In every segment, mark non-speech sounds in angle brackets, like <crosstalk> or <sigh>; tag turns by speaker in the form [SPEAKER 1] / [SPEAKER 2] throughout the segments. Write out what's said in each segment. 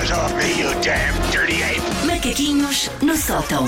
[SPEAKER 1] You damn dirty ape!
[SPEAKER 2] Macaquinhos no sótão.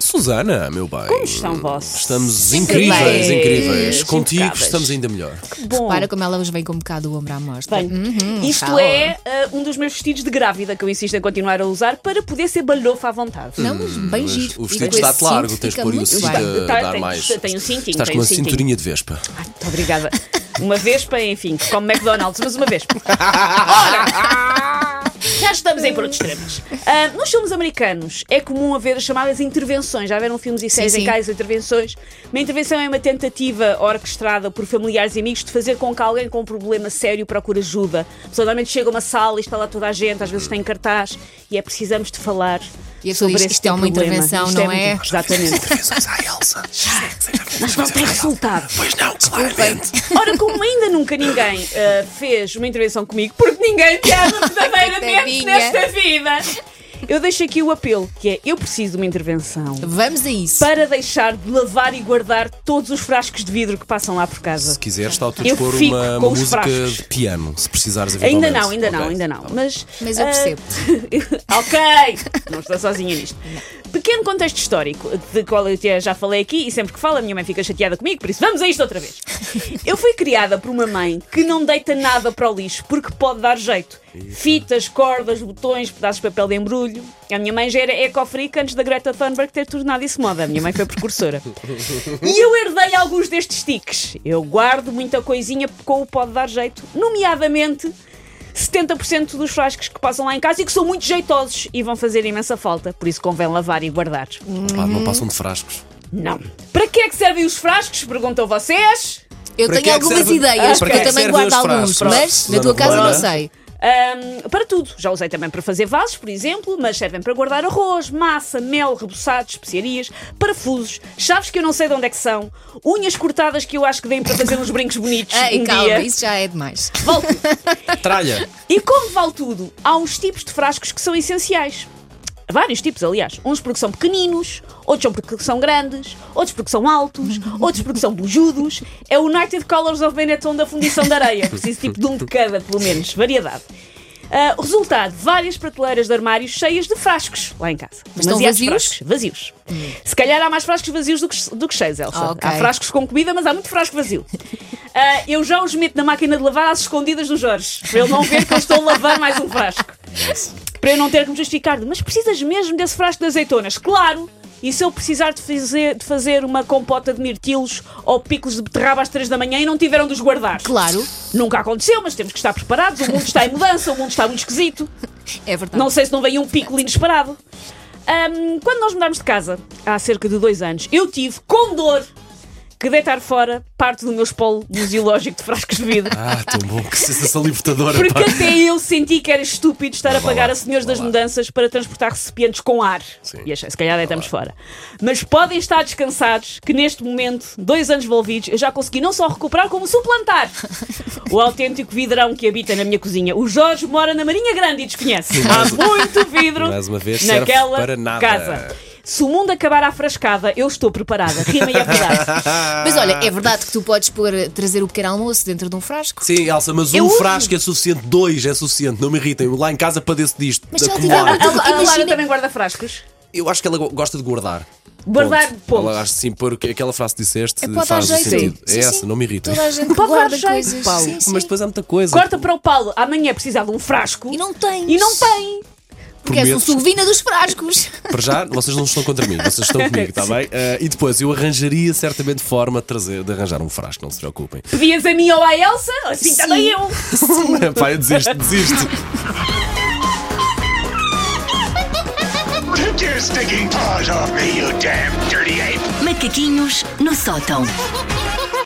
[SPEAKER 3] Susana, meu bem.
[SPEAKER 4] Como estão vós?
[SPEAKER 3] Estamos incríveis,
[SPEAKER 4] bem.
[SPEAKER 3] incríveis. Contigo
[SPEAKER 4] Impecáveis.
[SPEAKER 3] estamos ainda melhor.
[SPEAKER 4] Bom,
[SPEAKER 5] Para como ela hoje vem com um bocado o ombro à mostra. Uhum.
[SPEAKER 4] bem, isto
[SPEAKER 5] calma.
[SPEAKER 4] é ah, um dos meus vestidos de grávida que eu insisto em continuar a usar para poder ser balhofa à vontade.
[SPEAKER 5] Não, mas bem giro.
[SPEAKER 3] O
[SPEAKER 5] Fica
[SPEAKER 3] vestido
[SPEAKER 5] com esse
[SPEAKER 3] está-te largo,
[SPEAKER 5] cinto,
[SPEAKER 3] tens Hum, de
[SPEAKER 5] fica
[SPEAKER 3] pôr o
[SPEAKER 5] muito
[SPEAKER 3] cinto
[SPEAKER 5] bem.
[SPEAKER 3] a
[SPEAKER 4] Tá,
[SPEAKER 3] dar
[SPEAKER 4] tenho-
[SPEAKER 3] mais.
[SPEAKER 4] tenho um cintinho,
[SPEAKER 3] Estás
[SPEAKER 4] tenho
[SPEAKER 3] com uma
[SPEAKER 4] um cintinho.
[SPEAKER 3] cinturinha de
[SPEAKER 4] <laughs>
[SPEAKER 3] vespa.
[SPEAKER 4] Ai, muito obrigada. Uma vespa, enfim, como McDonald's, mas uma vespa. Ora, já estamos em produtos extremos. Ah, nos filmes americanos é comum haver as chamadas intervenções. Já viram filmes e séries em
[SPEAKER 5] sim.
[SPEAKER 4] que há as intervenções? Uma intervenção é uma tentativa orquestrada por familiares e amigos de fazer com que alguém com um problema sério procure ajuda. A pessoa normalmente chega a uma sala e está lá toda a gente, às vezes tem cartaz e é precisamos de falar.
[SPEAKER 5] E a pessoa
[SPEAKER 4] sobre
[SPEAKER 5] diz,
[SPEAKER 4] este
[SPEAKER 5] "Isto é uma
[SPEAKER 4] problema.
[SPEAKER 5] intervenção,
[SPEAKER 4] Isto
[SPEAKER 5] não é?"
[SPEAKER 4] muito- Exatamente.
[SPEAKER 5] <laughs>
[SPEAKER 3] Intervenções à
[SPEAKER 4] <laughs> Ah,
[SPEAKER 3] Elsa.
[SPEAKER 4] Mas não tem resultado.
[SPEAKER 3] Pois não, claramente.
[SPEAKER 4] Ora, como ainda nunca ninguém uh, fez uma intervenção comigo, porque ninguém te
[SPEAKER 5] <laughs>
[SPEAKER 4] ama verdadeiramente
[SPEAKER 5] Coitadinha.
[SPEAKER 4] nesta vida, eu deixo aqui o apelo, que é, eu preciso de uma intervenção
[SPEAKER 5] Vamos a isso.
[SPEAKER 4] para deixar de lavar e guardar todos os frascos de vidro que passam lá por casa.
[SPEAKER 3] Se quiseres, está a tu
[SPEAKER 4] Eu
[SPEAKER 3] pôr
[SPEAKER 4] fico
[SPEAKER 3] uma, uma
[SPEAKER 4] com os
[SPEAKER 3] música
[SPEAKER 4] frascos.
[SPEAKER 3] de piano, se precisares
[SPEAKER 4] Ainda
[SPEAKER 3] eventualmente.
[SPEAKER 4] não, ainda não,
[SPEAKER 3] Ok.
[SPEAKER 4] ainda não. Mas,
[SPEAKER 5] Mas eu
[SPEAKER 4] ah,
[SPEAKER 5] percebo.
[SPEAKER 4] <laughs> ok, não estou sozinha nisto. Pequeno contexto histórico, de qual eu te- já falei aqui, e sempre que falo, a minha mãe fica chateada comigo, por isso vamos a isto outra vez. Eu fui criada por uma mãe que não deita nada para o lixo, porque pode dar jeito. Fitas, cordas, botões, pedaços de papel de embrulho. A minha mãe já era ecofrica antes da Greta Thunberg ter tornado isso moda. A minha mãe foi precursora. E eu herdei alguns destes tiques. Eu guardo muita coisinha com o pode dar jeito, nomeadamente 70% dos frascos que passam lá em casa e que são muito jeitosos e vão fazer imensa falta. Por isso convém lavar e guardar.
[SPEAKER 3] Pá, não passam de frascos.
[SPEAKER 4] Não. Para que é que servem os frascos? Perguntam vocês.
[SPEAKER 5] Eu
[SPEAKER 3] Para que
[SPEAKER 5] tenho
[SPEAKER 3] é que
[SPEAKER 5] algumas
[SPEAKER 3] serve- Para
[SPEAKER 5] ideias,
[SPEAKER 3] que
[SPEAKER 5] porque
[SPEAKER 3] é
[SPEAKER 5] eu
[SPEAKER 3] que
[SPEAKER 5] também
[SPEAKER 3] servem
[SPEAKER 5] guardo
[SPEAKER 3] os
[SPEAKER 5] alguns,
[SPEAKER 3] frascos?
[SPEAKER 5] mas na
[SPEAKER 3] Susana
[SPEAKER 5] tua casa
[SPEAKER 3] Romana?
[SPEAKER 5] não sei.
[SPEAKER 4] Ahm, para tudo. Já usei também para fazer vasos, por exemplo, mas servem para guardar arroz, massa, mel, reboçados, especiarias, parafusos, chaves que eu não sei de onde é que são, unhas cortadas que eu acho que deem para fazer uns brincos bonitos.
[SPEAKER 5] Ei,
[SPEAKER 4] um
[SPEAKER 5] calma,
[SPEAKER 4] dia.
[SPEAKER 5] isso já é demais.
[SPEAKER 4] Vale <laughs> tudo. <laughs>
[SPEAKER 3] Tralha.
[SPEAKER 4] E como vale tudo, há uns tipos de frascos que são essenciais. Vários tipos, aliás. Uns porque são pequeninos, outros são porque são grandes, outros porque são altos, outros porque são bujudos. É o United Colors of Benetton da Fundição da Areia. Preciso tipo de um de cada, pelo menos. Variedade. Ah, resultado: várias prateleiras de armários cheias de frascos lá em casa.
[SPEAKER 5] Mas estão
[SPEAKER 4] Demasiados
[SPEAKER 5] vazios?
[SPEAKER 4] Frascos, vazios. Se calhar há mais frascos vazios do que, do que cheios, Elsa.
[SPEAKER 5] Ah, ok.
[SPEAKER 4] Há frascos com comida, mas há muito frasco vazio. Ah, eu já os meto na máquina de lavar às escondidas do Jorge, para ele não ver que eu estou a lavar mais um frasco. Para eu não ter que me justificar de, mas precisas mesmo desse frasco de azeitonas? Claro! E se eu precisar de fazer, de fazer uma compota de mirtilos ou picos de beterraba às três da manhã e não tiveram de os guardar?
[SPEAKER 5] Claro,
[SPEAKER 4] Nunca aconteceu, mas temos que estar preparados. O mundo está em mudança, o mundo está muito esquisito.
[SPEAKER 5] é verdade.
[SPEAKER 4] Não sei se não veio um pico inesperado. Ahm, quando nós mudámos de casa, há cerca de dois anos, eu tive, com dor, que deitar fora parte do meu espólio museológico de frascos de vidro.
[SPEAKER 3] Ah, tão bom, que sensação libertadora.
[SPEAKER 4] Porque
[SPEAKER 3] pá.
[SPEAKER 4] até eu senti que era estúpido estar a
[SPEAKER 3] vá
[SPEAKER 4] pagar
[SPEAKER 3] lá,
[SPEAKER 4] a senhores
[SPEAKER 3] vá
[SPEAKER 4] das
[SPEAKER 3] lá.
[SPEAKER 4] mudanças para transportar recipientes com ar.
[SPEAKER 3] Sim.
[SPEAKER 4] E achei, se calhar deitamos fora. Mas podem estar descansados que neste momento, dois anos envolvidos, eu já consegui não só recuperar, como suplantar o autêntico vidrão que habita na minha cozinha. O Jorge mora na Marinha Grande e desconhece. Há muito vidro
[SPEAKER 3] Mais uma vez, serve
[SPEAKER 4] naquela
[SPEAKER 3] para nada.
[SPEAKER 4] casa. Se o mundo acabar à frascada, eu estou preparada. Rima e é verdade.
[SPEAKER 5] Mas olha, é verdade que tu podes pôr, trazer o pequeno almoço dentro de um frasco.
[SPEAKER 3] Sim, Elsa, mas
[SPEAKER 4] Eu
[SPEAKER 3] um
[SPEAKER 4] uso.
[SPEAKER 3] frasco é suficiente, dois é suficiente, não me irritem. Eu Lá em casa padeço disto.
[SPEAKER 5] Mas se ela
[SPEAKER 3] acumular.
[SPEAKER 5] tiver-
[SPEAKER 4] A, a, a Lara
[SPEAKER 5] Imagina-
[SPEAKER 4] também guarda frascos.
[SPEAKER 3] Eu acho que ela go- gosta de guardar.
[SPEAKER 4] Guardar, ponto.
[SPEAKER 3] Ela acho que sim, pôr aquela frase que disseste
[SPEAKER 5] É, pode dar
[SPEAKER 3] faz o
[SPEAKER 5] jeito.
[SPEAKER 3] sentido.
[SPEAKER 5] Sim,
[SPEAKER 3] é
[SPEAKER 5] sim.
[SPEAKER 3] essa, não me irrita.
[SPEAKER 5] Toda a gente
[SPEAKER 4] Pode dar
[SPEAKER 5] guarda
[SPEAKER 4] jeito,
[SPEAKER 5] coisas.
[SPEAKER 4] Paulo.
[SPEAKER 5] Sim, sim.
[SPEAKER 3] <laughs> Mas depois há muita coisa.
[SPEAKER 4] Corta para o Paulo, amanhã precisa de um frasco.
[SPEAKER 5] Tipo, E não tens.
[SPEAKER 4] E não tem.
[SPEAKER 5] Porque és um
[SPEAKER 3] Prometo.
[SPEAKER 5] suvina dos frascos.
[SPEAKER 3] <laughs> Para já, vocês não estão contra mim, vocês estão
[SPEAKER 5] <laughs>
[SPEAKER 3] comigo, está bem? Eh, e depois, eu arranjaria certamente forma de, trazer, de arranjar um frasco, não se preocupem.
[SPEAKER 4] Pedias a mim ou à Elsa? Assim
[SPEAKER 5] Sim.
[SPEAKER 4] também eu.
[SPEAKER 3] <laughs> Pá, eu desisto, desisto.
[SPEAKER 1] Take your stinking paws off me, you damn dirty ape!
[SPEAKER 2] Macaquinhos no sótão.